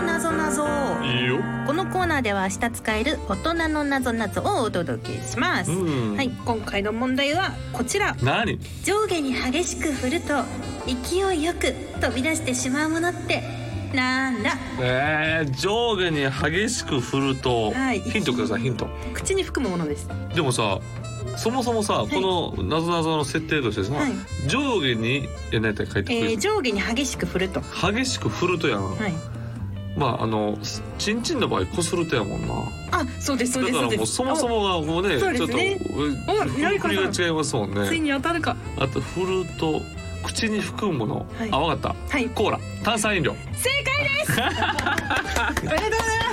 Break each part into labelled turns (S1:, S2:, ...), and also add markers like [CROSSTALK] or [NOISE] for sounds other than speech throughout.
S1: 謎
S2: いいよ
S1: このコーナーでは明日使える大人の謎謎をお届けします、
S2: うん
S1: はい今回の問題はこちら
S2: 何
S1: 上下に激しく振ると勢いよく飛び出してしまうものってなんだ
S2: えー、上下に激しく振ると、
S1: はい
S2: ヒントくださいヒント
S1: 口に含むものです
S2: でもさそもそもさ、
S1: い
S2: このなぞなぞの設定としてさ、
S1: はい
S2: 上下にえ何やったっけ書いてく
S1: え
S2: る
S1: ー、上下に激しく振ると
S2: 激しく振るとやん、
S1: はい
S2: まああのすちんちんの場合こするとやもんな
S1: あそうですそう
S2: だ
S1: です
S2: から
S1: う
S2: も
S1: で
S2: う
S1: す
S2: そもそもがもうね
S1: そうで
S2: ちょ
S1: す
S2: っと
S1: ね
S2: う
S1: お
S2: 振
S1: 南
S2: り
S1: 川さん
S2: が違いますもん
S1: おつい
S2: ね
S1: に当たるか
S2: あと振ると口に含むもの、
S1: はい
S2: あわかっ
S1: はい
S2: たコーラ炭酸飲料
S1: 正解ですおめでとうございま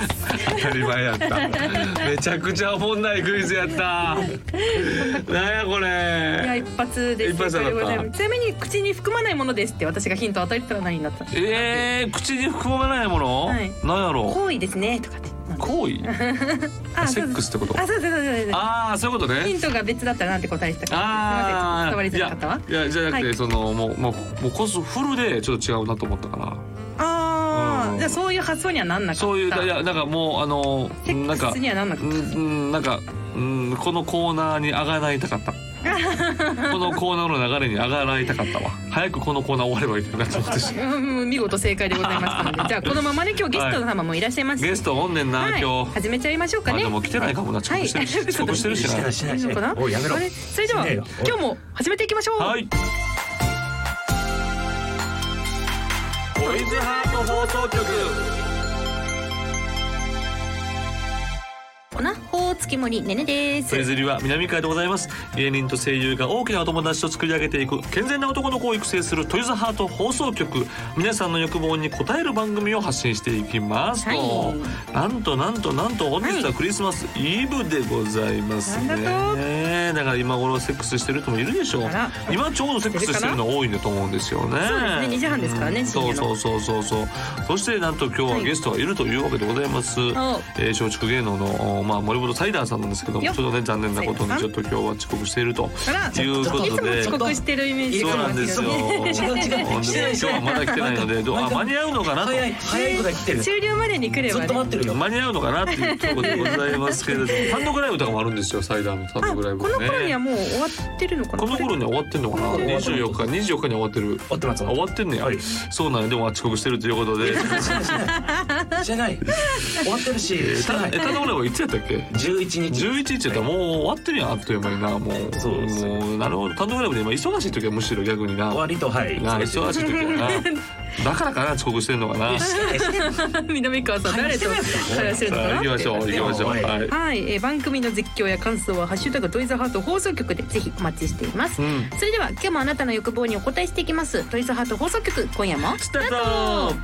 S1: す
S2: 当たり前やった
S1: [LAUGHS]
S2: めちゃくちゃおもんないクイズやったなんやこ
S1: いや
S2: れ
S1: 一発で
S2: 一発当た
S1: 正解で
S2: った
S1: ございますちなみに口に含まないものですって私がヒントを与えてたら何になった
S2: えー、口に含まないもの、
S1: はい
S2: なんやろう
S1: 行為ですねとかって
S2: 行為
S1: あ
S2: セ
S1: そう
S2: ッ
S1: で
S2: ク
S1: す
S2: スってこと
S1: あそうですそうですそうです
S2: ああそういうこと
S1: ヒ
S2: ね
S1: ントが別だったらなんて答えしたか
S2: あ
S1: す
S2: あ
S1: みませんちょっと伝わりづらかったわ
S2: いやいやじゃなくて、
S1: はい
S2: そのもうもうもうこそフルでちょっと違うなと思ったから
S1: あ
S2: う
S1: あ
S2: ん
S1: じゃあそういう発想にはなんなかった
S2: そういういやなんかもうあの
S1: セ
S2: な
S1: ッ
S2: んか
S1: クスにはなんな
S2: う
S1: かっ
S2: んうんなんかうんこのコーナーに上がらいたかったこのコーナーの流れに上がらいたかったわ早くこのコーナー終わればいいなと思ってしまう
S1: たうん見事正解でございましたのでじゃあこのままね今日ゲスト様もいらっしゃいますし
S2: ゲストおんねんな、
S1: はい
S2: 今日。
S1: 始めちゃいましょうか
S2: あ
S1: ね
S2: でも来てないかもな遅刻してるし
S1: はい
S2: 遅刻してるし
S3: し
S2: な
S3: ないしない
S1: いい
S3: し
S1: のか
S3: な。
S1: ない
S3: おいやめろ
S1: あ。れそれでは
S3: しねえよおい
S1: 今日も始めていきましょう、
S2: はい。トイズハート放送局。
S1: おなほ月森ねねです
S2: トイズリは南海でございます。芸人と声優が大きなお友達と作り上げていく健全な男の子を育成するトイズハート放送局。皆さんの欲望に応える番組を発信していきますと。
S1: はい
S2: なんとなんとなんと本日はクリスマスイブでございますね。
S1: なんだと
S2: ねだから今頃セックスしてる人もいるでしょう
S1: あら。
S2: 今ちょうどセックスしてるの多いんだと思うんですよね。
S1: そうですね2時半ですからね
S2: うん
S1: 深
S2: そ
S1: 夜の
S2: うそうそうそうそう。そしてなんと今日はゲストがいるというわけでございます。
S1: お
S2: えー松竹芸能のおまあ森本サイダーさんなんですけども、ちょ
S1: よ
S2: っとね残念なことに
S1: サイ
S2: ち
S1: ダ
S2: ょっ
S1: ー
S2: と今日は遅刻していると
S1: あら
S2: というこ
S1: いつ
S2: と
S1: も
S2: で。
S1: 遅刻してるイメージ
S2: そうなんですよ。
S3: いつも
S2: 本
S3: 遅
S2: 当
S3: 刻
S2: に
S3: してる
S2: 今日はまだ来てないので、どうあ間に合うのかなと。
S3: 早い早い子が来てる。ず
S1: 終了までに来れば
S3: っと待ってるよ。
S2: 間に合うのかなっていうところでございますけれども単独ライブとかもあるんですよサイダーの単
S1: あこ
S2: 独ライ
S1: の
S2: ブがね
S1: 頃にはもう終わってるのかな
S2: この頃には終わってんのかな
S3: これ
S2: 24日24日には終わってる
S3: 終わってます。
S2: あ終わってんねや、
S3: はい
S2: そうなんやでも遅刻してるということで
S3: しないしない。してない。終わってるし。
S2: えー
S3: して
S2: た
S3: な
S2: え
S3: い。
S2: 単独ライブはいつやったっけ
S3: 十一日。
S2: 11日やったらもう終わってるやんあっという間になもう
S3: そうです
S2: もうなるほど単独ライブで今忙しい時はむしろ逆にな
S3: 終わりとはい。
S2: な忙しい時はなだからかな遅刻してんのかな
S3: してないしてない。
S1: [LAUGHS] 南川さん誰と話してるのか
S2: さあ
S1: な
S2: 行きましょう行きましょう
S3: はい
S2: はい、
S1: はい、えー番組の絶叫や感想は「ハッシュタグトイズハート放送局」でぜひお待ちしています、
S2: うん
S1: それでは今日もあなたの欲望にお応えしていきますトイズハート放送局今夜も
S2: スタート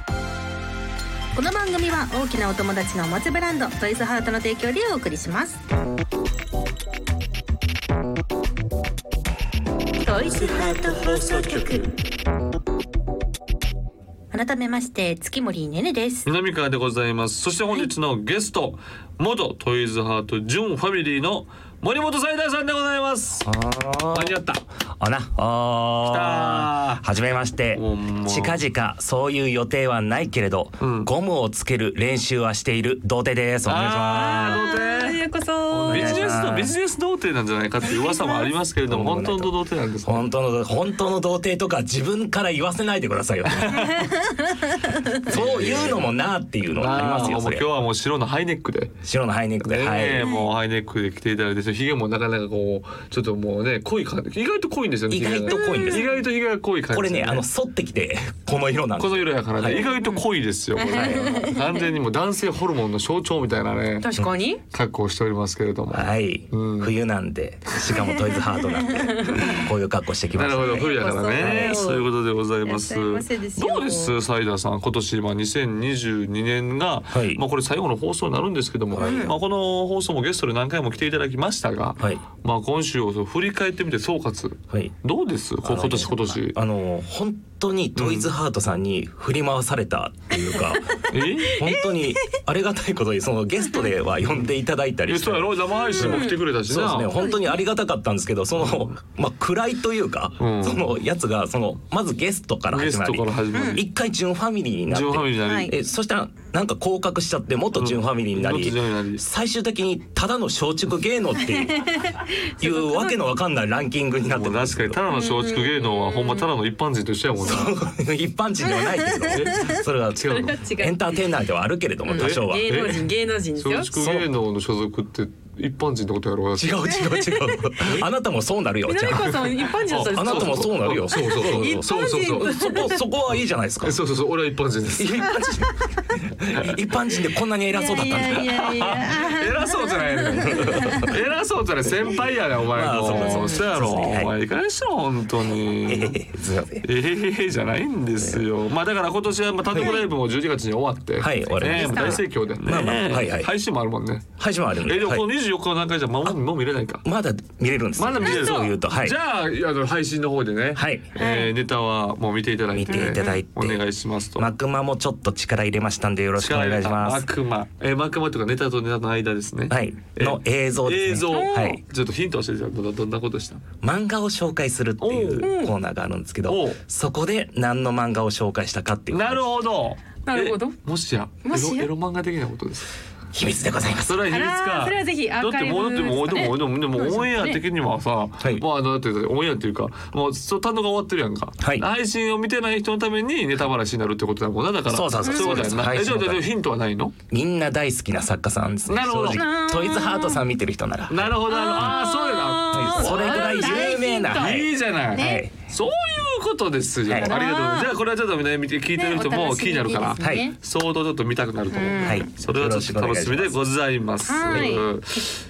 S1: この番組は大きなお友達のおもちゃブランドトイズハートの提供でお送りしますトイズハート放送局改めまして月森ねねです
S2: 南川でございますそして本日のゲスト、元トイズハート純ファミリーの森本サイダーさんでございます間に合った
S4: あな、あ
S2: 来たー
S4: はじめまして
S2: ほんま。
S4: 近々そういう予定はないけれど、
S2: うん
S4: ゴムをつける練習はしている童貞です。お願いしま
S2: あー童貞
S1: ようこそ
S2: ビジネス
S4: お
S2: の
S4: 願い
S2: ビ
S4: します
S2: ジネス童貞なんじゃないかっていう噂もありますけれども
S4: お
S2: 本
S4: 願いし
S2: 当の
S4: ます
S2: 童貞なんです
S4: す。
S2: か
S4: 本当の本当の童貞とか自分から言わせないでく
S2: [LAUGHS]
S4: ださいよ。そういうのもなっていうのがあります
S2: あー
S4: よ。
S2: も
S4: そうれ
S2: 今日はもう白のハイネックで。
S4: 白のハイネックで、は
S2: ねえ
S4: い。
S2: もうハイネックで来ていただいて、ひげもなかなかこう、ちょっともうね、濃い感じ、意外と濃いんですよね。
S4: 意外と濃いんです
S2: 意外とひげが濃い感じ。
S4: これねあの剃ってきてこの色なんで
S2: こ
S4: す
S2: の。色やからね、
S4: はい
S2: 意外と濃いですよ。これ
S4: は
S2: 完全にもう男性ホルモンの象徴みたいなね、
S1: 確かに
S2: 格好をしておりますけれども。
S4: はい、
S2: うん
S4: 冬なんでしかもトイズハートなんで
S2: [LAUGHS]
S4: こういう格好してきま
S2: な
S4: し
S2: る
S4: た、
S2: ほど、冬やからね、
S1: そう
S2: そういうことでございます。
S1: いらっしゃいませですよ
S2: どうです、サイダーさん、今年まあ2022年が、
S4: はい
S2: まあこれ最後の放送になるんですけども、
S4: はい
S2: まあこの放送もゲストで何回も来ていただきましたが、
S4: はい
S2: まあ今週をそう振り返ってみて総括、
S4: はい
S2: どうです、こ
S4: あの
S2: 今年今年。
S4: あの本当にトイズハートさんに振り回されたってい
S2: [LAUGHS]
S4: うか、
S2: え？
S4: 本当にありがたいことにそのゲストでは呼んでいただいたり
S2: え
S4: して
S2: そうやろ、生配信も来てくれたし
S4: そうです
S2: な。
S4: ね本当にありがたかったんですけどそのまあ位というか、
S2: うん
S4: そのやつがそのまずゲストから
S2: ゲ
S4: 始
S2: ス
S4: ま
S2: ト
S4: り
S2: から始まり、
S4: 一回純ファミリーになっ
S2: ジョンファミ
S4: て
S2: リーになり、
S1: はい
S4: えそしたらなんか降格しちゃって元準ファミリーになり、
S2: うん元準ファミリーになり
S4: 最終的にただの松竹芸能っ
S2: [LAUGHS]
S4: ていういうわけのわかんないランキングになって
S2: もう
S4: るんです
S2: 確か
S4: け
S2: に
S4: ど
S2: ただの松竹芸能はほんまただの一般人と一緒やもんな
S4: [LAUGHS] 一般人ではないけど
S2: [LAUGHS]
S4: それは
S2: 違うの
S5: 違う
S4: エンターテイナーではあるけれども多少は。
S5: 芸
S4: 違う
S5: 能人芸能人ですよ
S2: 松竹芸能の所属って一般人のことやろ
S4: 違う違う。あなたもそうなるよ。じゃ
S5: 南
S4: あ
S5: 川さん一般人だったんです
S4: あなたもそうなるよ。
S2: そうそうそう
S4: そう
S2: そうそうそう
S4: そこそこはいいじゃないですか。
S2: そうそうそう俺は一般人です
S4: いや一般人一般人でこんなに偉そうだったんだ。
S1: いやいやいや
S2: 偉そうじゃ
S4: [LAUGHS]
S2: ないのよ偉そうじゃない先輩やねお前
S4: まあそうかそう
S2: の
S4: か
S2: そうやろお前いかにしろ本当
S4: [LAUGHS]
S2: に
S4: すいません。
S2: ええじゃないんですよ。まあだから今年はまあ単独ライブも12月に終わって、
S4: はい終わりま
S2: ね
S4: した
S2: もう大盛況でね、
S4: まあまあはいはい
S2: 配信もあるもんね。
S4: 配信もあるんで。
S2: えでも
S4: はい
S2: この24日の段階じゃまあもうもう見れないか。
S4: まだ見れるんですよ。
S2: まだ見れる
S4: そう言うとはい
S2: じ。ゃああの配信の方でね、
S4: はい
S2: えーネタはもう見ていただいて、
S4: 見ていただいて
S2: お願いしますと。
S4: マクマもちょっと力入れましたんでよろしくお願いしま
S2: マ
S4: す。
S2: クマ、えー、マクマというかネタとネタの間ですね。
S4: はい
S2: えー
S4: の映像です
S2: 映
S4: ね
S2: 像、
S4: はい
S2: ちょっとヒント教えてくださいどどんなことでした？
S4: 漫画を紹介するっていうコーナーがあるんですけ
S2: お
S4: ど
S2: う、
S4: そこで何の漫画を紹介したかっていう
S2: なるほど。
S5: なるほど
S2: えもしや
S5: もしや
S2: エロエロ漫画的なことですか。
S4: 秘密でございます。
S2: それは秘密
S5: あ
S2: か。
S5: らそれはぜひア
S2: だっ
S5: ーカ
S2: て
S5: イブ
S2: もうだってもうでもでもでも
S5: そうですね
S2: オンエア的にはさ、
S4: い
S2: まああのだってオンエアっていうかもうそう単独が終わってるやんか、
S4: はい
S2: 配信を見てない人のためにネタバラシになるってことだもんなだから
S4: そうそうそう
S2: そういうことやんな
S4: うん
S2: えじゃあじゃあじゃあヒントはないの
S4: みんな大好きな作家さんですね。
S2: なるほど
S4: 正直トイズハートさん見てる人なら。
S2: なるほどああーそうやな
S5: あー
S4: それぐらい有名な。はい
S2: い
S4: い。
S2: いじゃない、
S4: はい
S2: そういうことですよ、
S4: はい
S2: ありがとうございますじゃあこれはちょっとね見て聞いてる人も気になるから、
S4: ねはい
S2: 相当ちょっと見たくなると思う、
S4: はい
S2: それはちょっと楽しみでございます。
S5: はい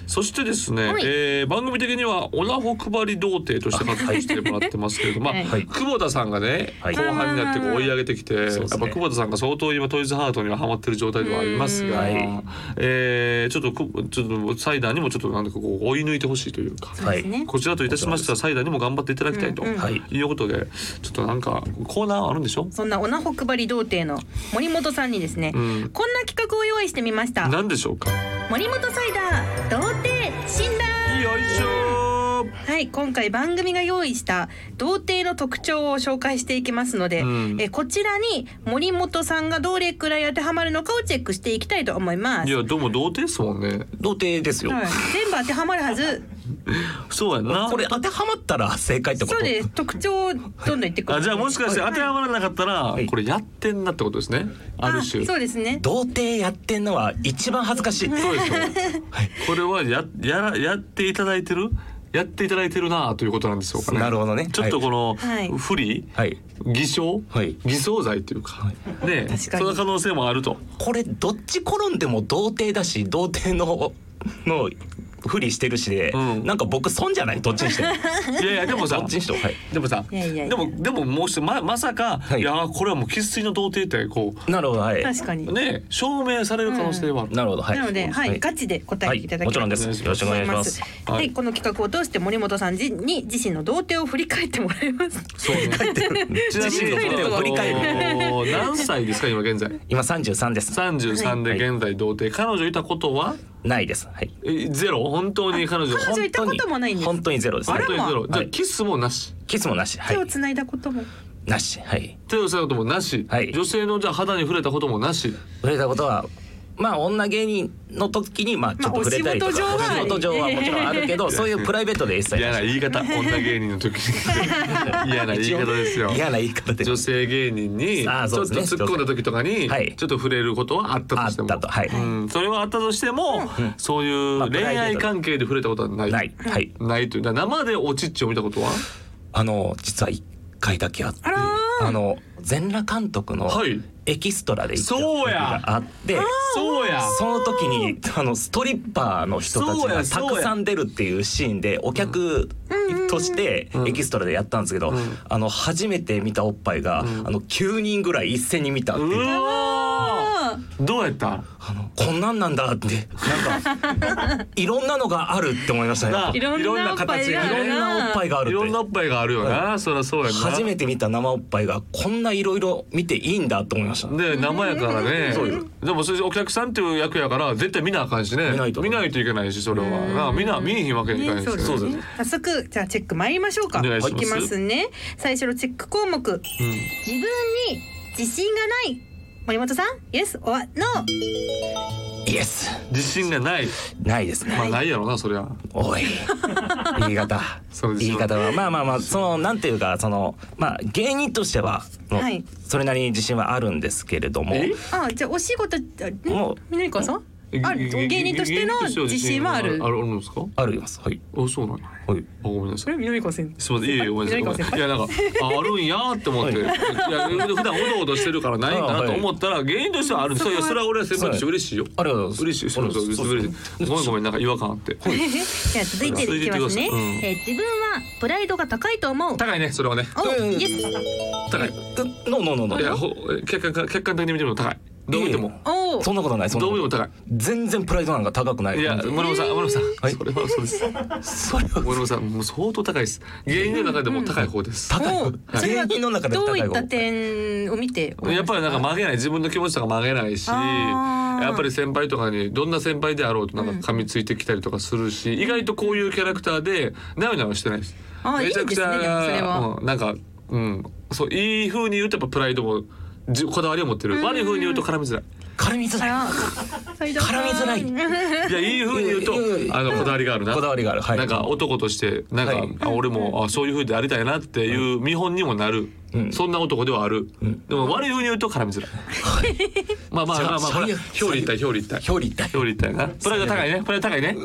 S2: そしてですね、
S1: はい
S2: えー番組的にはオナホ配り童貞として活動してもらってますけれども、
S5: はい
S2: まあ久保田さんがね、
S4: はい
S2: 後半になってこう追い上げてきて、
S4: そう
S2: や
S4: で
S2: っ
S4: す
S2: ぱ
S4: ね
S2: 久保田さんが相当今トイズハートにはハマってる状態ではありますが、
S4: うん
S2: えーちょっとくちょっとサイダーにもちょっとなんかこう追い抜いてほしいというか。
S4: は
S1: ですね
S4: い。
S2: こちらといたしましてはサイダーにも頑張っていただきたいと、
S4: はい
S2: いうことでちょっとなんかコーナーあるんでしょ
S5: そんなオナホ配り童貞の森本さんにですね、
S2: うん
S5: こんな企画を用意してみました
S2: 何でしょうかよ
S5: 森本サイダー童貞診断
S2: いしょ
S5: はい今回番組が用意した童貞の特徴を紹介していきますので、
S2: うん
S5: えこちらに森本さんがどれくらい当てはまるのかをチェックしていきたいと思います
S2: いやどうも童貞ですもんね
S4: 童貞ですよ。
S5: はい、全部当てはまるはず
S2: そうやんな
S4: これ当てはまったら正解ってこと。
S5: そうです特徴をどんどん言ってくる
S2: あじゃあもしかして当ては
S5: ま
S2: まらなかったら、
S4: い
S2: これやってんなってことですねある種
S5: そうですね
S4: 童貞やってんのは一番恥ずかしい。
S2: そうでしょ
S5: [LAUGHS]
S2: これはややらやっていただいてるやっていただいてるなということなんでしょうかね
S4: なるほどね
S2: ちょっとこの、
S5: はい
S2: 不利、
S4: はい。
S2: 偽証、
S4: はい
S2: 偽装罪というか、ね
S5: 確かに
S2: その可能性もあると
S4: これどっち転んでも童貞だし童貞の [LAUGHS] のふりしてるしで、
S2: うん
S4: なんか僕損じゃないどっちに
S2: [LAUGHS]
S4: しても。
S2: いやいやでもさ
S4: [LAUGHS] どっちにしてもはい。
S2: でもさ
S5: いやいやいや
S2: でもでももう一つままさか、、
S4: はいい
S2: やーこれはもう生粋の童貞ってこ
S4: なるほどはい。
S5: 確かに
S2: うね証明される可能性はある、
S4: なるほどはい。
S5: なので、はい、ガチで答えていただきたいと思います。
S4: はいもちろんですよろしくお願いします
S2: はい
S5: はい、この企画を通して森本さんじに自身の童貞を振り返ってもらいます。
S2: そうねちなみ
S4: 自身の
S2: に
S4: 童貞を振り返る
S2: あのー何歳ですか今現在
S4: 今三十三です。
S2: 三十三で現在童貞、彼女いたことは
S4: ないです。はい。
S2: えゼロ本当に彼女
S5: 彼女いたこともないんです
S4: 本当にゼロです。
S2: 本当にゼロ
S4: はい
S2: じゃあキスもなし
S4: キスもなし。は
S5: 手を
S4: い。
S5: つないだことも。
S4: なし。はい。
S2: 手を触ることもなし、
S4: はい
S2: 女性のじゃあ肌に触れたこともなし
S4: 触れたことは。まあ女芸人の時にまあちょっと触れたりとか、
S5: まあお仕事上
S4: お
S5: は
S4: 仕事上はもちろんあるけど、そういうプライベートで一切
S2: 嫌な言い
S5: [LAUGHS]
S2: 方女芸人の時に [LAUGHS] 嫌な言い方ですよ
S4: 嫌な言い方で
S2: 女性芸人にちょ
S4: あ
S2: っ
S4: ー
S2: と
S4: そう
S2: 突
S4: ですね
S2: っ込んだ時とかに
S4: はい
S2: ちょっと触れることはあったとしても
S4: あったとはい
S2: うんそれはあったとしてもそういう恋愛関係で触れたことはない
S4: ない。はい。
S2: ないというだから生でおちっちを見たことは
S4: あの実は一回だけあって
S5: あらー
S4: あの全裸監督の
S2: はい
S4: エキストラで行った
S2: そう
S4: 時
S2: や
S4: があって、
S2: そうや
S4: その時にあのストリッパーの人た
S2: そうや
S4: ち
S2: そう
S4: が
S2: や
S4: たくさん出るっていうシーンでお客としてエキストラでやったんですけど、あの初めて見たおっぱいが、あの9人ぐらい一斉に見たって
S2: う
S4: いう、
S2: わーどうやった
S4: あのこんなんなんだってなんかいろんなのがあるって思いましたね。
S2: なあ
S4: い
S5: いろんなおっぱいがあ
S4: ろん
S5: る
S4: なおっぱいがある
S2: い
S4: っ
S2: ろん
S4: て
S2: なおっぱいがあるよなそりゃそうやな
S4: 初めて見た生おっぱいがこんないろいろ見ていいんだと思いました。
S2: ね生やからね
S4: そうよ
S2: でもそれお客さんっていう役やから絶対見なあかんしね
S4: 見ないと
S2: いけないしそれはな見な見えへんわけにいかないし
S5: そうですね。早速じゃあチェック参りましょうか。
S2: お願いします
S5: きますね。最初のチェック項目、自分に自信がない森本さん Yes or No
S4: イエス
S2: 自信がない
S4: ないですね
S2: まあないやろなそりゃ
S4: おい言い方
S2: そうです
S4: 言
S2: よ
S4: い方はまあまあまあそのなんていうかそのまあ芸人としてはもう
S5: はい
S4: それなりに自信はあるんですけれども
S2: え
S5: あじゃあお仕事あ
S4: もう
S5: みのりかさんある
S2: げ
S5: 芸人としての
S2: 芸人は
S5: 自信はある
S2: あるあるんですか
S4: ありますはい
S2: あそうなんやあ
S4: はい
S2: ごめんな
S5: そ
S2: さい
S5: れみのりか先
S2: すみません、いえいえ、ごめんなさい、ごめんなさい。いや、なんか、あ、あるんやーって思って、いや、普段おどおどしてるから、ないんかなと思ったら、芸人としてはあるんですよ。いや、それは俺は先輩として嬉しいよ。
S4: ありがとうございます
S2: 嬉しい、そうそう、嬉しい。嬉しいごめん、ごめん、なんか違和感あって。
S5: [LAUGHS] じゃあ続いていきますね、
S2: 続いていきますうん
S5: えー自分はプライドが高いと思う
S2: 高いね、それはね。
S5: お
S4: うん
S5: Yes
S2: 高い。
S4: ノーノーノーノ
S2: いや、
S4: ー
S2: ほ客観客観的に見ても高い。どう見ても。
S5: お
S4: そんなことないそんな
S2: どう
S4: こ
S2: 見ても高い。
S4: と全然プライドなんか高くない
S2: いや、森本さん、森本さん、
S4: はい
S2: それはそうです。
S4: それは
S2: 森本さん、もう相当高いです。芸人の中でも高い方です。
S4: 高い
S5: お
S4: 方
S5: それは
S4: 芸人の中で
S5: ど
S4: 高
S5: う
S4: い
S5: い
S4: 方
S5: った点を見て
S2: やっぱりなんか曲げない自分の気持ちとか曲げないし
S5: あー
S2: やっぱり先輩とかにどんな先輩であろうとなんか噛みついてきたりとかするし、意外とこういうキャラクターでなよなよしてないです。
S5: あー
S2: めちゃくちゃ
S5: いいですねでもそれは
S2: うん、なんか、うん、そういい風に言うとやっぱプライドもじこだわりを持ってる悪い風に言うと絡みづらい。
S4: 絡みづらい
S5: 絡み
S4: 絡みづらい
S2: いやいい風に言うと
S4: いやいやいや
S2: あのこだわりがあるな。
S4: こだわりがあるはい
S2: なんか男としてなんか、
S4: はい
S2: あ俺もあそういう風でありたいなっていう見本にもなる。
S4: うん
S2: そんな男ではある。
S4: ん
S2: でも悪い風に言うと絡みづらい。まあまあまあまあ、
S4: 最悪
S2: 表裏一体表裏一体。
S4: 表裏一体
S2: 表裏一体な。プライド高いね。プライド高いね。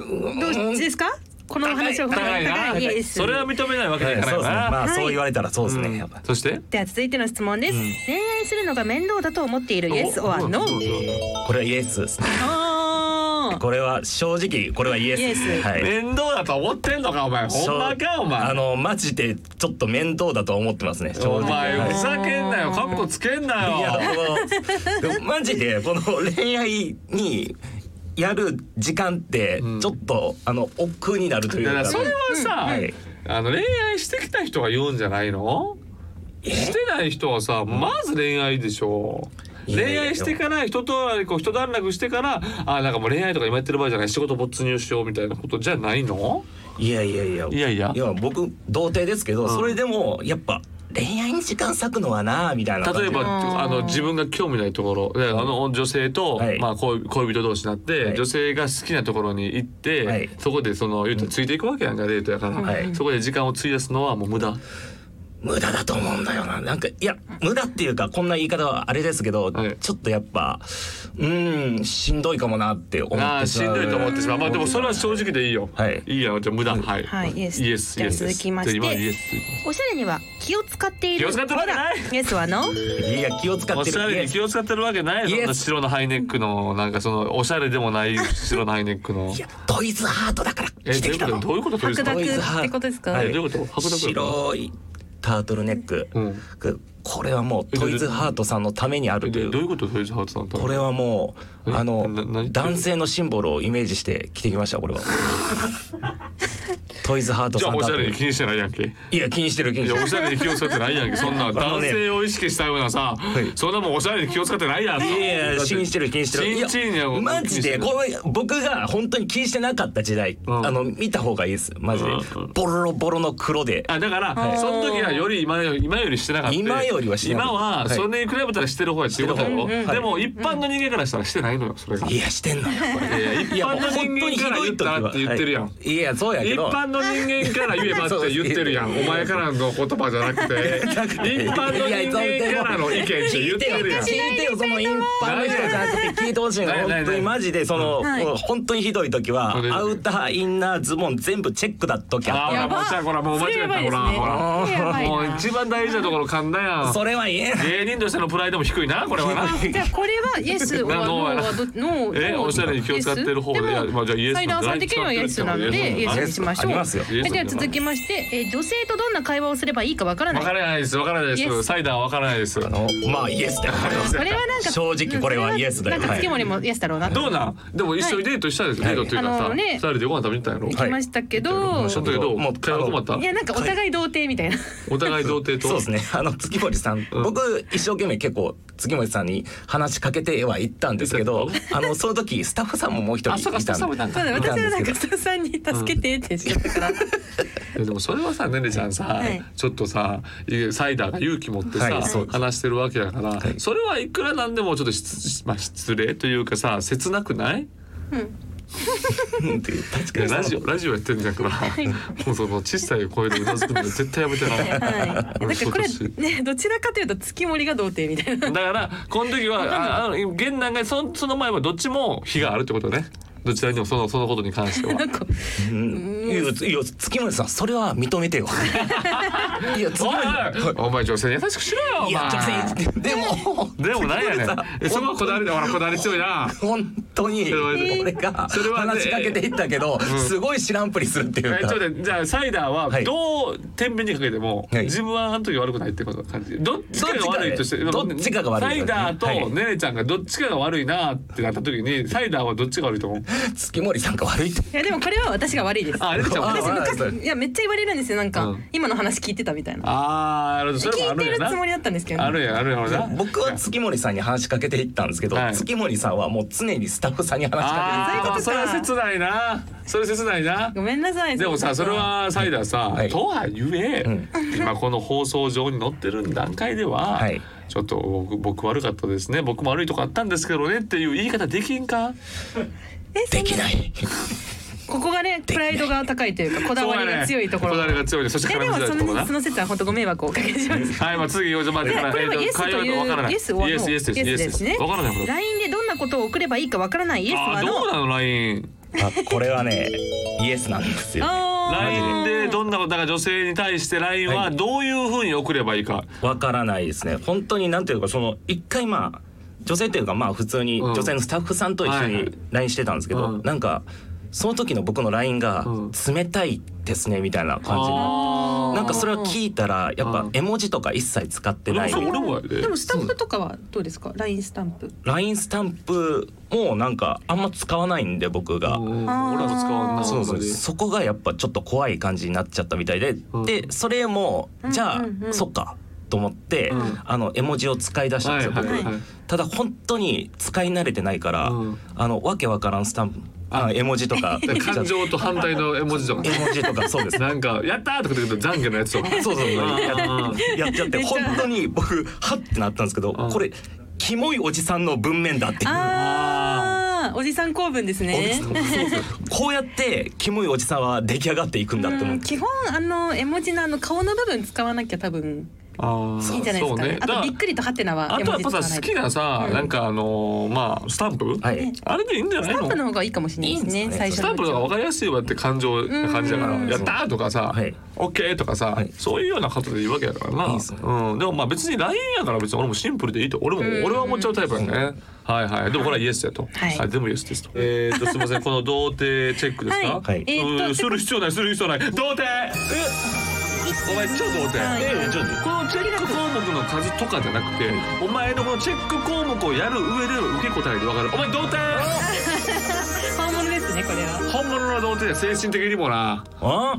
S5: どうですかこの話を踏ま
S2: 高
S5: え
S2: い
S5: て
S2: な。
S5: Yes
S2: それは認めないわけに
S4: はいい
S2: かな
S4: そ
S2: い
S4: うですね
S2: か
S4: ま
S2: ら。
S4: あ
S5: はい
S4: そう言われたらそうです
S2: うん
S4: ねやっぱ
S2: そして。
S5: では続いての質問です、恋愛するのが面倒だと思っている Yes or No
S4: これはイエスですね
S5: あー
S4: これは正直これはイエスです
S5: イエ
S4: ね
S5: ス
S4: はい
S2: 面倒だと思ってんのかお前。ほんまかお前。
S4: あのマジでちょっと面倒だと思ってますね正直
S2: お前
S4: はい
S2: ふざけんなよ。カッコつけんない
S4: や
S2: よ。
S4: でもでもマジでこの恋愛にやる時間って
S2: ん
S4: ちょっと、あの億劫になると
S2: い
S4: い
S2: うやだ
S4: か
S2: からそれはさ、
S4: はい
S2: あの恋愛してきた人が言うんじゃないのしてない人はさまず恋愛でしょ
S4: いやいやい
S2: 恋
S4: や
S2: 愛してから人とこう人段落してからあなんかもう恋愛とか今やってる場合じゃない仕事没入しようみたいなことじゃないの
S4: いやいやいや
S2: いやいや
S4: いや僕童貞ですけど、
S2: ん
S4: それでもやっぱ恋愛に時間割くのはなあみたいな
S2: 例えば
S5: あー
S2: あの自分が興味ないところであの女性と、
S4: はい
S2: まあ、恋恋人同士になって、
S4: はい
S2: 女性が好きなところに行って、
S4: はい
S2: そこでその言うたらついていくわけやんかデートやから、
S4: はい
S2: そこで時間を費やすのはもう無駄。
S4: 無駄だと思うんだよななんかいや無駄っていうかこんな言い方はあれですけど、
S2: はい
S4: ちょっとやっぱうーんしんどいかもなって思ってしまう
S2: ああしんどいと思ってしまう。まあでもそれは正直でいいよ。
S4: はい
S2: いいやじゃあ無駄はい。
S5: はい
S2: イエ
S5: Yes
S2: スイエス。
S5: じゃあ続きまして
S2: じゃあ今イエス。
S5: おしゃれには気を使ってい
S2: 気
S5: る
S2: を使ってるわけない
S5: Yes or No
S4: いや気を使
S2: お
S4: って
S2: しゃ
S4: る
S2: れに気を使ってるわけないよ。
S4: イ
S2: そん
S4: エス
S2: な白のハイネックのなんかそのおしゃれでもない白のハイネックの
S4: い。やトイズハートだから
S2: え
S4: 着てきたの
S2: どういうことどういうこと
S5: 白
S2: どう
S5: 濁
S2: いうこと
S5: ってことですか、
S2: は
S4: はい
S2: どういうこと白濁
S4: 白いタートルネック、
S2: うん
S4: これはもうトイズハートさんのためにあるとい
S2: で
S4: う
S2: どういうことトイズハートさんと。
S4: これはもう
S2: え
S4: あの
S2: な何
S4: 男性のシンボルをイメージして着てきましたこ
S2: [LAUGHS]
S4: れはトイズハート
S2: じゃ
S4: さ
S2: あ
S4: ん
S2: お
S4: だ
S2: し
S4: と
S2: ゃれに気にしてないやんけ。
S4: いや気にしてる気に
S2: い
S4: して
S2: や
S4: る
S2: おしゃれに気を使ってないやんけ。そんな
S4: の
S2: 男
S4: ね
S2: 性を意識したようなさ、
S4: い
S2: そんなもんおしゃれに気を使ってないやん。
S4: いやいや気にしてる気にしてる
S2: チンチン
S4: い
S2: や
S4: や
S2: もう
S4: マジでこの僕が本当に気にしてなかった時代、
S2: うん
S4: あの見た方がいいですマジで、
S2: うんうん
S4: ボロボロの黒で
S2: あだから、
S5: い
S2: その時はより今よ今よりしてなかった
S4: 今よりはしてなかった
S2: 今は
S4: はい
S2: それに比べたらしてる方やっていうことだろ、
S4: してる方
S2: でも一般の人間からしたらしてないのよそれが、
S4: いやしてんのよこれ
S2: いやいや一
S4: いや
S2: 般
S4: もう
S2: の
S4: 本当
S2: 人
S4: にひ
S2: 間から言っ
S4: どい時
S2: た
S4: は
S2: らって言ってるやん、
S4: はいいやそうやけ
S2: 一
S4: ど
S2: 般の人間から言えばって言ってるやんお前からの言葉じゃなくて一般の人間からの意見って言ってるやん
S4: 聞いてよその一般の人じゃなくて聞いてほしいの
S2: ないないない
S4: 本当にマジでその、
S5: はい
S4: もう本当にひどい時は
S2: それで
S4: アウターインナーズボン全部チェックだった時あっ
S2: ああ
S4: た
S5: やば
S2: もうさこらもう間違えたほらほら
S5: それやばいな
S2: もう一番大事なところ噛んだやん
S4: それは言えない
S2: 芸人としてのプライドも低いなこれはな
S5: じゃあこれは Yes or
S2: [LAUGHS]
S5: No
S2: な
S5: はど No
S2: えおしゃれに気を使ってる方で
S5: Yes？でも
S2: まあじゃあ Yes
S5: サイダーさん的には Yes なので
S2: Yes
S5: Yes にしましょう
S4: ありますよ
S5: えでは続きまして、えー女性とどんな会話をすればいいかわからな
S2: わ
S5: い
S2: からないですわからないで
S5: Yes
S2: すサイダーはわからないです
S4: あのまあイエスだよこれは
S5: これはなんか
S4: 正直これはイエスだよ
S5: なんか月森もイエスだろうなと
S2: どうなんでも一緒にデートしたですよデートっていうか
S5: あ
S2: さ
S5: のね
S2: 二人でご飯食べに行ったんやろ
S4: は
S5: 行きましたけど、
S2: その時どう
S4: もう
S2: 会話困った
S5: いやなんかお互い童貞みたいな、
S2: お互い童貞と
S4: そうですねあの月堀さん、
S2: うん
S4: 僕一生懸命結構杉森さんに話しかけてはいったんですけど
S2: いた
S4: あのその時スタッフさんももう一人
S2: あ
S4: い
S2: そうか
S4: た
S2: スタッフ
S4: ん
S2: さんもい
S5: そうだ
S4: 見
S5: [LAUGHS] 私
S4: た
S5: は
S4: んです
S5: な
S4: け
S5: ん
S4: ど
S5: かスタッフさんに助けてってしちゃったから、
S2: [LAUGHS] えでもそれはさねねちゃんさ、
S5: はい
S2: ちょっとさいサイダーが勇気持ってさ、
S4: はいそうです
S2: 話してるわけだから、
S4: はい
S2: それはいくらなんでもちょっと失,、まあ、失礼というかさ切なくない
S4: うんっていう確
S2: い
S4: か
S2: や
S4: に
S2: ラジオラジオやってんだから、もうその小さい声でうなずくの絶対やめてな。
S5: はい、だ
S2: う
S5: か
S2: ん
S5: らこれ
S2: そうだし
S5: ねどちらかというと月森が童貞みたいな
S2: だからこの時はああの現段階そのその前はどっちも非があるってことねどちらにもそのそのことに関しては
S5: なんか
S4: うんいやいや月森さんそれは認め
S2: [LAUGHS]
S4: てよいや月
S2: おい
S4: 森さん
S2: おいお前女性に優しくしろよお前
S4: いや女性でも
S2: でもなんやねんえそこはこだわりだほらこだわり強いな
S4: 本当に
S2: それはね
S4: 俺が
S2: それはね
S4: 話しかけていったけど、すごい知らんぷりするってい
S2: え
S4: う
S2: ちょ
S4: か
S2: っと待ってじゃあサイダーは
S4: はい
S2: どう天秤にかけても、
S4: はい
S2: 自分はあの時悪くないってこと感じどっちかが悪いとして
S4: どっちかが悪い
S2: サイダー
S4: はい
S2: とねねちゃんがどっちかが悪いなってなった時にサイダーはどっちが悪いと思う
S4: 月森さんが悪いって
S5: いやでもこれは私が悪いです
S2: あねねちゃん
S4: あ
S2: は
S5: 私
S4: 悪いです
S5: 昔いやめっちゃ言われるんですよなんか、
S2: うん
S5: 今の話聞いてたみたいな
S2: あーなるほどそれもあ
S5: 聞
S2: る
S5: いて
S2: んや
S5: る
S2: な
S5: つもりだったんですけどね、
S2: あるんやあるんやあるんや
S4: 僕は月森さんに話しかけていったんですけど、
S2: はい
S4: 月森さんはもう常にスタッフさんに話しか
S5: そういうこと
S2: ああ
S5: か
S2: それは切ないなそれ切ないな
S5: ごめんなさ
S2: [LAUGHS]
S5: い
S2: でもさそれはサイダーさ、
S4: はい
S2: とはいえ、今この放送上に載ってる段階では、
S4: はい
S2: ちょっと僕僕悪かったですね僕も悪いとこあったんですけどねっていう言い方できんか
S5: え
S4: けてできない
S5: ここがねプライドが高いというかこだわりが強いところ
S2: そうやねこだわりが強いねそして
S5: いや
S2: 絡み
S5: で
S2: づ
S5: も
S2: らいと
S5: そ
S2: ころ
S5: の
S2: な
S5: その説は本当ご迷惑をおかけします
S2: はいまあ次4時までから
S5: これはイエスと
S2: 会話わからない
S5: いうイエスは
S2: イエスイエスイエス
S5: ですね
S2: わからないこと
S5: LINE でどんなことを送ればいいかわからないイエス
S2: あ
S5: は
S2: ーどう
S5: の
S2: なの LINE
S4: あこれはねイエスなんですよ
S5: あ
S2: LINE
S5: ー
S2: でどんなことだから女性に対して LINE
S4: は
S2: はいどういうふうに送ればいいか、
S4: わからないですね本当になんていうかその一回まあ女性というかまあ普通に
S2: うん
S4: 女性のスタッフさんと一緒
S2: はいはい
S4: に LINE してたんですけど、
S2: うん
S4: なんかその時の僕の LINE が
S2: うん
S4: 「冷たいですね」みたいな感じになって
S2: あー
S4: なんかそれは聞いたらやっ
S2: う
S4: ぱ
S2: ん
S4: 絵文字とか一切使ってない
S2: でもそう俺もやで
S5: でもスタッフとかはどうですか LINE スタンプ
S4: LINE スタンプもなんかあんま使わないんで僕が。
S2: うん俺
S5: あー
S2: らも使わんな
S4: そう
S2: あん
S4: そ
S2: ま
S4: う
S2: り
S4: そこがやっぱちょっと怖い感じになっちゃったみたいで、
S2: うん
S4: でそれもじゃあ、
S5: うんうんうん
S4: そっかと思って、
S2: うん
S4: あの絵文字を使い出したんですよ、
S2: はいはい
S4: 僕
S2: はい
S4: ただ本当に使い慣れてないから、
S2: うん
S4: あのわけわからんスタンプあ絵文字とか
S2: だから [LAUGHS] 感情と反対の絵文字とかね
S4: 絵文字とかそうです
S2: [LAUGHS]
S4: ね
S2: なんか「やった!」とか言うと懺悔のやつとか
S4: そうそうそう
S2: うんうん
S4: やっちゃって本当に僕はってなったんですけど、
S2: ん
S4: これキモいおじさんの文面だっていう。
S5: あーおじさん構文です
S4: おじさ
S5: ね
S4: んそうそうこうやってキモいおじさんは出来上がっていくんだって思
S5: う
S4: っ
S5: ん
S4: て
S5: 基本あの絵文字のあの顔の部分使わなきゃ多分
S2: ああ
S5: いいんじゃないですかねあとびっくりとハテナは
S2: あ
S5: 絵
S2: とは
S5: 文
S2: や
S5: 字
S2: っ
S5: 使
S2: ぱ
S5: わな
S2: さ
S5: い
S2: 好きなさ、なんかあのーまあスタンプ、
S4: はい
S2: あれでいいんじゃない
S5: スタンプの
S2: の
S5: 方がいいかもしれないです
S4: いいん
S5: ね
S4: ですか
S5: 最
S4: ね
S5: 初
S2: スタンプの方が分かりやすいわって感情な感じだから
S4: う
S2: 「
S4: ん
S2: やった!」とかさ
S4: はい
S2: 「オッケー!」とかさ
S4: はい
S2: そういうようなことでいいわけやからない
S4: いっすね
S2: うんでもまあ別に LINE やから別に俺もシンプルでいいと俺も俺は思っちゃうタイプやねはいはいでもこれはイエスやと
S5: はい
S2: はいでもイエスですとえーとすいませんこの童貞チェックですか
S5: はい
S4: はい
S2: えーとうんする必要ないする必要ない童貞お前超童貞
S5: はい
S2: ええちょっとこのチェック項目の数とかじゃなくてお前のこのチェック項目をやる上での受け答えで分かるお前童貞
S5: 本物ですねこれは
S2: 本物の童貞や精神的にもな
S4: あ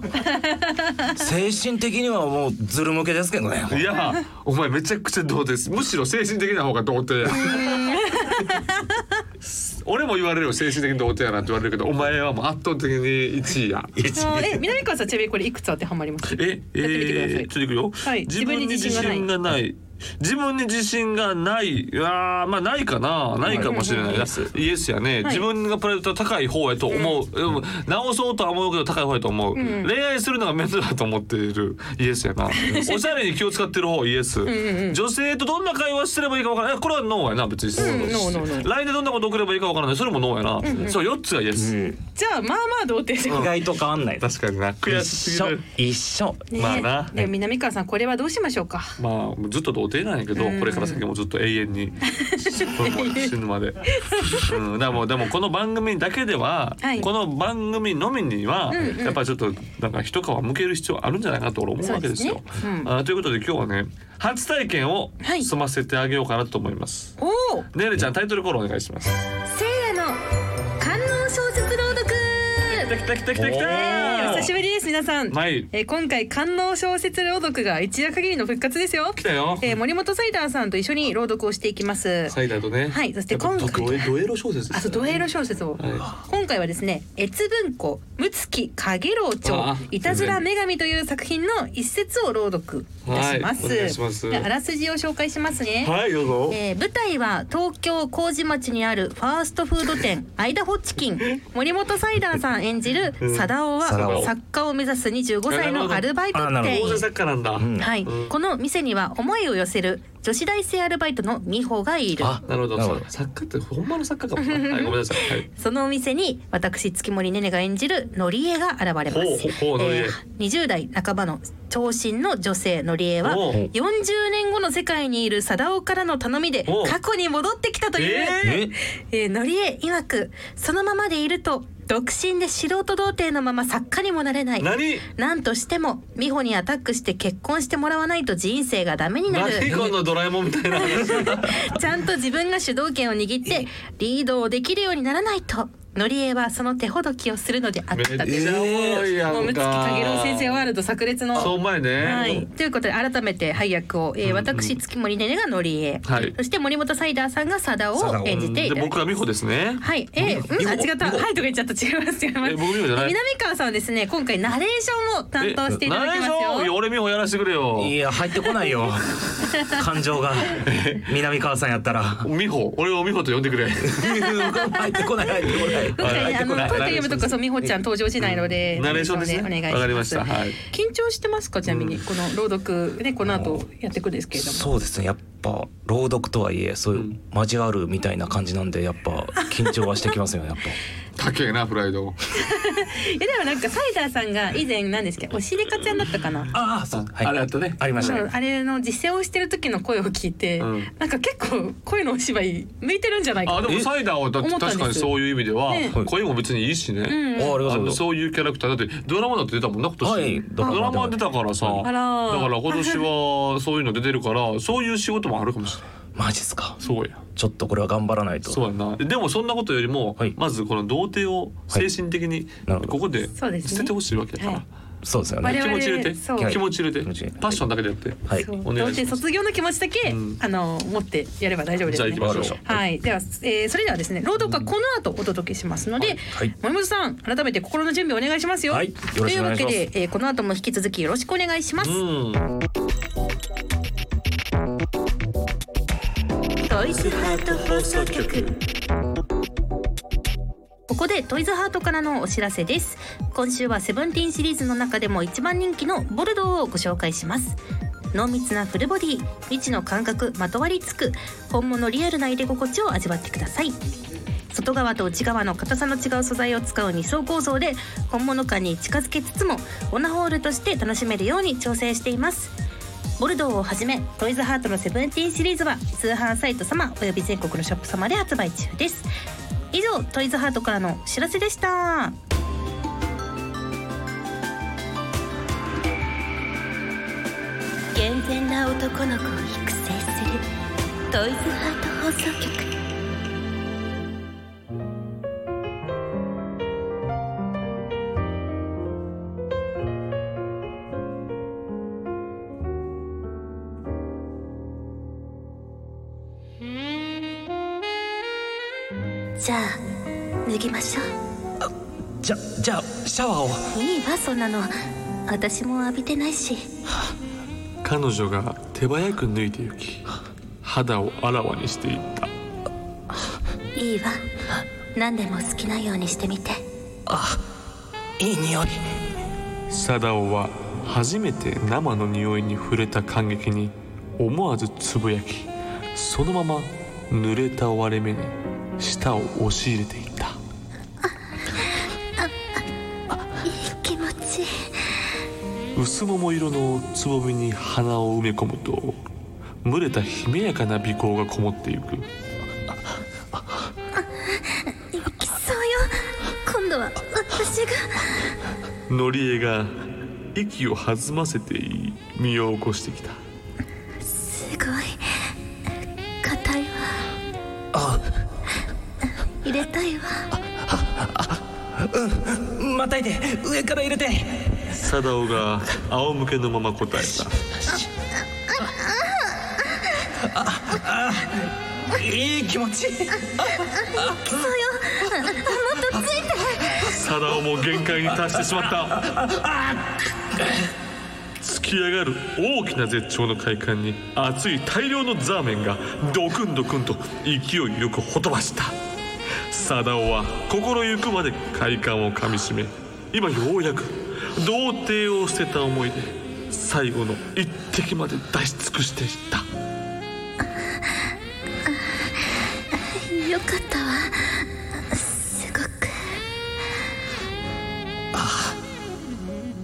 S4: 精神的にはもうズル向けですけどね
S2: いや、お前めちゃくちゃ童貞むしろ精神的な方が童貞や。 [LAUGHS] 俺も言われるよ精神的に童貞やなって言われるけどお前はもう圧倒的に1位や。
S5: あーえ南川さんちなみにこれいくつ当てはまります
S2: え、え
S5: やってみてください
S2: ー、ちょっといくよ、
S5: はい
S2: 自分に自信がない。自分に自信がない。いやーまあないかな、ないかもしれない。
S4: はい
S2: イエスイエスやね。自分がプライド高い方やと思う。でも直そうとは思うけど高い方やと思う。恋愛するのが面倒だと思っている。イエス [LAUGHS] やな。おしゃれに気を使ってる方イエス。女性とどんな会話してればいいかわからない。これはノーやな別に。
S5: んノーノーノー
S2: LINE でどんなこと送ればいいかわからない。それもノーやな。そう四つがイエス。
S5: じゃあまあまあ童貞じゃん
S4: 意外と変わんない
S2: 確かにな。悔
S4: 一
S2: しすぎ
S4: 緒
S2: る。
S4: 一緒
S5: ね
S2: まあな
S5: でも南川さんこれはどうしましょうか
S2: まあずっと童貞なんやけど、これから先もずっと永遠に死ぬまで。うん、だからもうでもこの番組だけでは、
S5: はい
S2: この番組のみには、やっぱりちょっとなんか一皮向ける必要あるんじゃないかと俺思うわけですよ。
S5: そうですねう
S2: あということで今日はね初体験を
S5: はい
S2: 済ませてあげようかなと思います。
S5: おお
S2: ねるちゃんタイトルコールお願いします。
S1: せいやの観音小説朗読
S2: 来た来た来た来た来た
S5: お久しぶりです皆さん、
S2: はい
S5: えー今回官能小説朗読が一夜限りの復活ですよ
S2: 来たよ
S5: えー森本サイダーさんと一緒に朗読をしていきます
S2: サイダーとね
S5: はいそして今回
S2: やっぱドエドエロ小説で
S5: あ
S2: す
S5: と
S2: よね
S5: ドエロ小説を、
S2: は
S5: 今回はですね越文庫六月影楼
S2: あ
S5: 町いたずら女神という作品の一節を朗読いたします,、
S2: はいお願いします
S5: であらすじを紹介しますね、
S2: はいどうぞ
S5: えー舞台は東京麹町にあるファーストフード店アイダホチキン森本サイダーさん演じるサダオ
S4: サダ
S5: は
S4: オ
S5: 作家を目指す25歳のアルバイト
S4: あなる
S5: 店
S4: ほ
S2: 大
S5: 員
S2: 勢作家なんだ、
S4: ん
S5: はい、この店には思いを寄せる女子大生アルバイトの美穂がいる
S4: あ
S2: なるほど
S4: なるほど
S2: 作家ってほんまの作家かもな
S5: [LAUGHS]
S2: はいごめんなさいはい
S5: そのお店に私月森ねねが演じるのりえが現れます。
S2: ほうほうほうのりえ
S5: えー20代半ばの長身の女性のりえは
S2: おう
S5: 40年後の世界にいる貞夫からの頼みで
S2: おう
S5: 過去に戻ってきたという、
S2: え
S5: えーのりえ曰くそのままでいると独身で素人童貞のまま作家にもなれない。
S2: 何
S5: なんとしても美穂にアタックして結婚してもらわないと人生がダメになる。
S2: 何このドラえもんみたい
S5: [LAUGHS]
S2: な話
S5: ちゃんと自分が主導権を握ってリードをできるようにならないと。のりえはその手ほどきをするのであっ
S2: めったちゃおもろいやんか
S5: もう六月影郎先生ワールド炸裂の。
S2: そう前ね、
S5: はい、ということで改めて配役を、えー私月森ねねがのりえ、
S2: はい
S5: そして森本サイダーさんがサダを演じて
S2: で
S5: いただき
S2: 僕は美穂ですね
S5: はい、えー、うん、あ、違った、はい、とか言っちゃった、違います、違います。
S2: え僕美穂じゃない
S5: え南川さんはですね、今回ナレーションを担当していただきます
S2: ナレーションいや
S5: よ。
S2: 俺美穂やらせてくれよ
S4: いや入ってこないよ感情が南川さんやっ
S2: [LAUGHS]
S4: たら [LAUGHS]
S2: 美穂俺を美穂と呼んでくれ
S4: 入ってこない入ってこない
S5: 今回ね、あ
S4: 入って
S5: の、
S4: こ
S5: ト
S4: ない
S5: ーク読むとか、そう、美穂ちゃん登場しないので。
S2: ナレーションですね
S5: お願いします。
S2: わかりましたはい
S5: 緊張してますか、ちなみに、この朗読、ね、この後やっていくんですけれども。
S4: そうですねやっぱ朗読とはいえそういう交わるみたいな感じなんでやっぱ緊張はしてきますよねやっぱ
S2: 高えなプライド
S5: え、でも、なんか、サイダーさんが以前、なんですけど、おしりかちゃんだったかな。
S4: ああそう、は
S2: [LAUGHS]
S4: い、
S2: あれあったね
S4: ありました
S5: そう
S4: ね
S5: あれの実践をしてる時の声を聞いて、
S2: うん
S5: なんか結構声のお芝居向いてるんじゃないか
S2: あでもサイダーはだって
S5: 思ったんです
S2: 確かにそういう意味では
S5: ね
S2: 声も別にいいしね、
S5: うん
S4: おあ
S2: あ
S4: りがとうござい
S2: の
S4: ます
S2: そういうキャラクターだってドラマだって出たもんな今年、
S4: はい
S2: ドラマ出たからさ
S5: あら
S2: だから今年はそういうの出てるからそういう仕事もあるかもしれない
S4: マジっすか
S2: そうや
S4: ちょっとこれは頑張らないと
S2: そうやなでもそんなことよりも、
S4: はい
S2: まずこの童貞を精神的に
S4: なるほど
S2: ここで捨
S5: そうですね
S2: ててほしいわけだから、
S5: はい
S4: そうですよ
S5: 我
S4: ね
S5: 々
S2: 気持ち入れて
S5: そう
S2: 気持ち入れて
S4: 気持ち入れて
S2: パッションだけでやって、
S4: はい
S5: そう
S2: お願いします
S5: 童貞卒業の気持ちだけ、
S2: うん
S5: あの持ってやれば大丈夫で
S2: じ
S5: す、
S2: ゃあ
S5: ね。
S2: 行きましょう
S5: はい、では、えー、それではですね、朗読はこの後お届けしますので、
S4: はい
S5: 森本さん改めて心の準備お願いしますよ。
S4: はいよろ
S5: と
S4: し
S5: い
S4: く
S5: う
S4: お願
S5: わ
S4: いし
S5: け
S4: ます
S5: で、えー、この後も引き続きよろしくお願いします。
S2: うん
S1: トイズハート放送局
S5: ここでトイズハートからのお知らせです今週はセブンティーンシリーズの中でも一番人気のボルドーをご紹介します濃密なフルボディ未知の感覚まとわりつく本物リアルな入れ心地を味わってください外側と内側の硬さの違う素材を使う二層構造で本物感に近づけつつもオナホールとして楽しめるように調整していますボルドーをはじめトイズハートのセブンティーンシリーズは通販サイト様および全国のショップ様で発売中です以上トイズハートからのお知らせでした
S1: 健全な男の子を育成するトイズハート放送局じゃあ脱ぎましょう
S4: じゃじゃあシャワーを
S1: いいわそんなの私も浴びてないし
S2: 彼女が手早く脱いでゆき肌をあらわにしていった
S1: いいわ何でも好きなようにしてみて
S4: いい匂い
S2: サダオは初めて生の匂いに触れた感激に思わずつぶやきそのまま濡れた割れ目に舌を押し入れていった
S1: 気持ちいい
S2: 薄桃色のつぼみに鼻を埋め込むと蒸れた悲やかな美香がこもっていく
S1: 行きそうよ今度は私が
S2: のりえが息を弾ませて身を起こしてきた
S1: すごい硬いわ
S4: あ
S1: 入れたいわ
S4: またいで上から入れて
S2: 貞夫が仰向けのまま答えた
S3: いい気持ちいい
S2: 貞夫も限界に達してしまった突き上がる大きな絶頂の快感に熱い大量のザーメンがドクンドクンと勢いよくほとばした貞夫は心ゆくまで快感をかみしめ今ようやく童貞を捨てた思いで最後の一滴まで出し尽くしていった
S1: よかったわすごく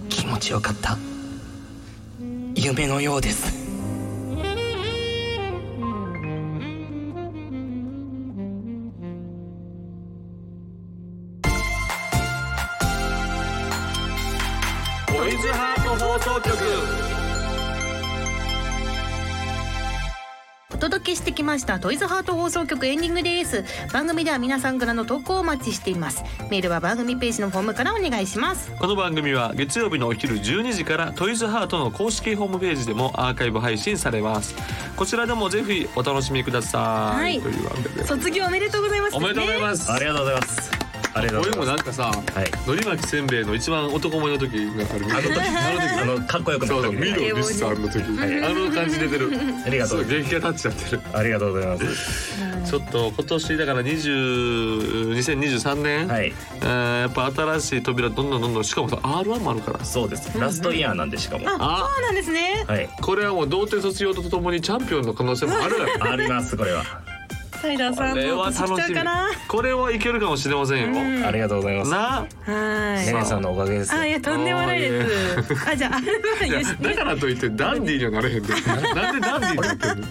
S4: 気持ちよかった夢のようです
S2: トイズハート放送局
S5: お届けしてきましたトイズハート放送局エンディングです番組では皆さんからの投稿をお待ちしていますメールは番組ページのフォームからお願いします
S2: この番組は月曜日のお昼12時からトイズハートの公式ホームページでもアーカイブ配信されますこちらでもぜひお楽しみください、
S5: はい
S2: というわけで
S5: 卒業おめでとうございます
S2: おめでとうござい
S5: す
S2: ます、
S4: ありがとうございますありがとうご
S2: 俺
S4: ざい
S2: も
S4: ます
S2: なんかさ、
S4: はい
S2: のり巻きせんべいの一番男前の時があるあの時
S4: あのかっこよくな
S2: そう
S4: っ
S2: そ
S4: た
S2: うミ
S4: ね
S2: ロリスさんの時、
S4: い
S2: あの感じ出てる
S4: ありがとう
S2: そう元気が立っちゃってる
S4: ありがとうございます
S2: ちょっと今年だから20 2023年、
S4: はい
S2: えーやっぱ新しい扉どんどんどんどんしかもさ R1 もあるから
S4: そうですラストイヤーなんでしかも
S2: あ
S5: そうなんですね
S4: はい
S2: これはもう童貞卒業とともにチャンピオンの可能性もある
S4: ありますこれは
S5: サイダー
S2: こ
S5: さん
S2: れ
S5: も
S2: は
S5: う年来
S2: 楽
S5: ち
S2: し
S5: ゃう
S2: み
S5: かな
S2: これはいけるかもしれませんよ、
S5: うん
S4: ありがとうございます
S2: な
S5: は
S4: ね
S5: い
S4: ねさんのおかげです
S5: あいやとんでもないですあじゃああれ
S2: いや
S5: は
S2: だからといってダンディーにはなれへんでなんでダンディーになってんの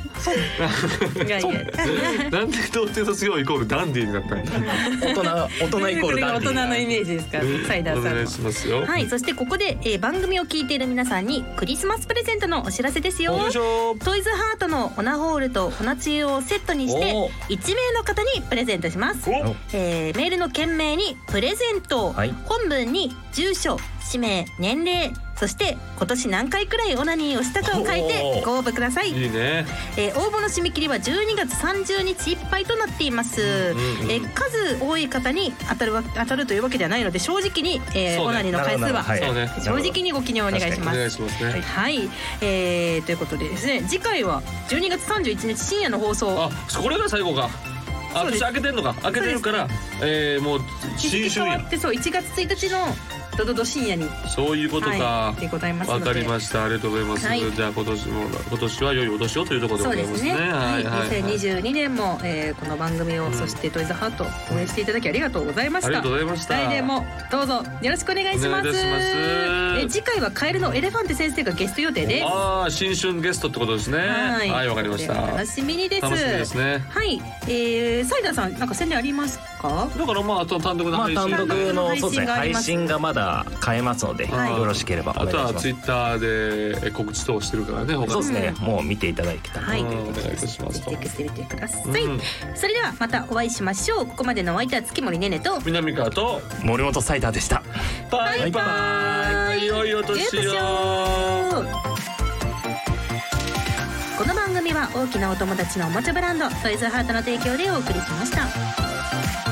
S5: いやいや
S2: なんで童貞卒業イコールダンディーになったんだ
S4: 大人大人イコールダンディ
S5: これが大人のイ
S4: ー
S5: メージですからサイダ
S2: お
S5: ーさん
S2: 願い
S5: の
S2: しますよ、
S5: はい、そしてここで、えー番組を聞いている皆さんにクリスマスプレゼントのお知らせですよ。
S2: よいしょ
S5: トイズハートのオナホールとオナチューをセットにして
S4: おー
S5: 1名の方にプレゼントします、
S2: お
S5: えーメールの件名に「プレゼント」
S4: はい
S5: 本文に住所氏名年齢そして今年何回くらいオナニーをしたかを書いて
S4: おー
S5: ご応募ください
S2: いいね
S5: えー応募の締め切りは12月30日いっぱいとなっています、
S2: んうん
S5: えー数多い方に当たるわ当たるというわけではないので正直に、えー
S2: そうね
S5: オナニーの回数は、
S4: なるほどはい
S5: 正直にご記入お願いし
S2: お
S5: ま
S2: 願い
S5: す
S2: しますね、
S5: はい、えーということでですね次回は12月31日深夜の放送
S2: あこれが最後かあ
S5: そうで
S2: 私
S5: す
S2: 開けてんのか開けてるから、えー、もう新
S5: 日付
S2: 春
S5: 変わ
S2: や
S5: ってそう1月1日のドドド深夜に
S2: そういうこと
S5: は
S2: か
S5: いでございますの
S2: わ
S5: で
S2: かりましたありがとうございます、
S5: はい
S2: じゃあ今年も今年は良いお年をというところで
S5: そ
S2: ご
S5: う
S2: ざい
S5: で
S2: ますす
S5: ね
S2: ね
S5: はい、2022年も、えーこの番組を、
S2: ん
S5: そしてトイズハートを応援していただきありがとうございました
S2: ありがとうございました
S5: 来年もどうぞよろしくお願いします
S2: お願いいたします
S5: えー次回はカエルのエレファンテ先生がゲスト予定です
S2: ああ新春ゲストってことですねはいわ、かりました
S5: ということでお楽しみにです
S2: 楽しみですね
S5: はい、えー、サイダーさんなんか宣伝ありますか
S2: だからまああとは単独の
S4: まあ
S2: 配信、
S4: 単独のそうですね
S5: 配信があり
S4: 配
S5: ます
S4: 信がまだ変えますので
S2: はい
S4: よろしければお
S2: あと
S4: 願
S2: は
S4: いしま
S2: ツイ
S4: す
S2: ッターでえ告知等してるからね他
S4: そうです
S2: に
S4: ねもう見ていただけたら
S5: はい、
S2: うん
S5: ということ
S2: お願いいたします
S5: チェックしてみてください、
S2: うん
S5: それではまたお会いしましょうここまでのお相手は月森ねねと
S2: 南川と
S4: 森本サイダーでした
S2: バイバイ良いお年
S5: 良い
S2: を
S5: この番組は大きなお友達のおもちゃブランドトイズハートの提供でお送りしました